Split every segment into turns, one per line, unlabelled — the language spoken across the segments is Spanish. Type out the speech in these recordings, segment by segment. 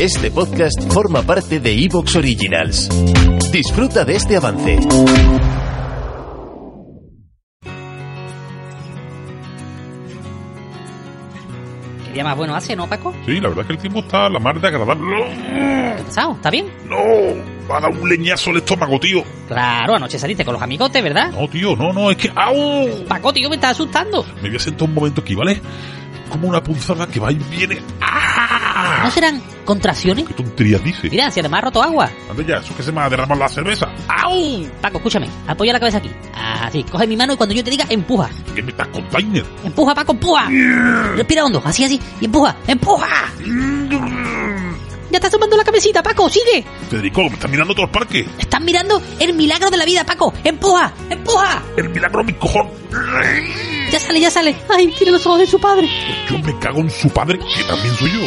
Este podcast forma parte de Evox Originals. Disfruta de este avance.
¿Qué día más bueno hace, no, Paco?
Sí, la verdad es que el tiempo está a la mar de agradable.
¿Qué ha pasado? ¿Está bien?
¡No! Va a dar un leñazo el estómago, tío.
Claro, anoche saliste con los amigotes, ¿verdad?
No, tío, no, no, es que. ¡Au!
Paco, tío, me estás asustando.
Me voy a sentar un momento aquí, ¿vale? Como una punzada que va y viene. ¡Ah!
¿No serán contracciones?
¿Qué tonterías dice?
Mira, si además ha roto agua.
Ande ya, eso es que se me ha derramado la cerveza. ¡Ah!
¡Au! Paco, escúchame. Apoya la cabeza aquí. Así, coge mi mano y cuando yo te diga, empuja.
¿Qué me estás container?
Empuja, Paco, empuja. Respira hondo, así, así. Y empuja, empuja. Ya estás tomando la cabecita, Paco, sigue.
Federico, me estás mirando todo el parque.
Estás mirando el milagro de la vida, Paco. Empuja, empuja.
El milagro, mi cojón.
Ya sale, ya sale. Ay, tiene los ojos de su padre.
Yo me cago en su padre, que también soy yo.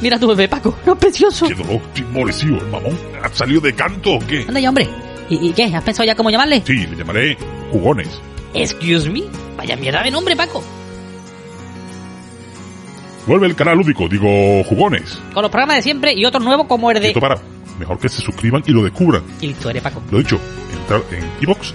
Mira a tu bebé, Paco. No, precioso.
Qué dolor, tío, pobrecillo, el mamón. ¿Ha salido de canto o qué?
Anda ya, hombre. ¿Y, y qué? ¿Has pensado ya cómo llamarle?
Sí, le llamaré jugones.
Excuse me. Vaya mierda de nombre, Paco.
Vuelve el canal lúdico, digo jugones.
Con los programas de siempre y otros nuevos como el de...
Esto para. Mejor que se suscriban y lo descubran.
Y listo, eres Paco.
Lo dicho, entrar en iBox,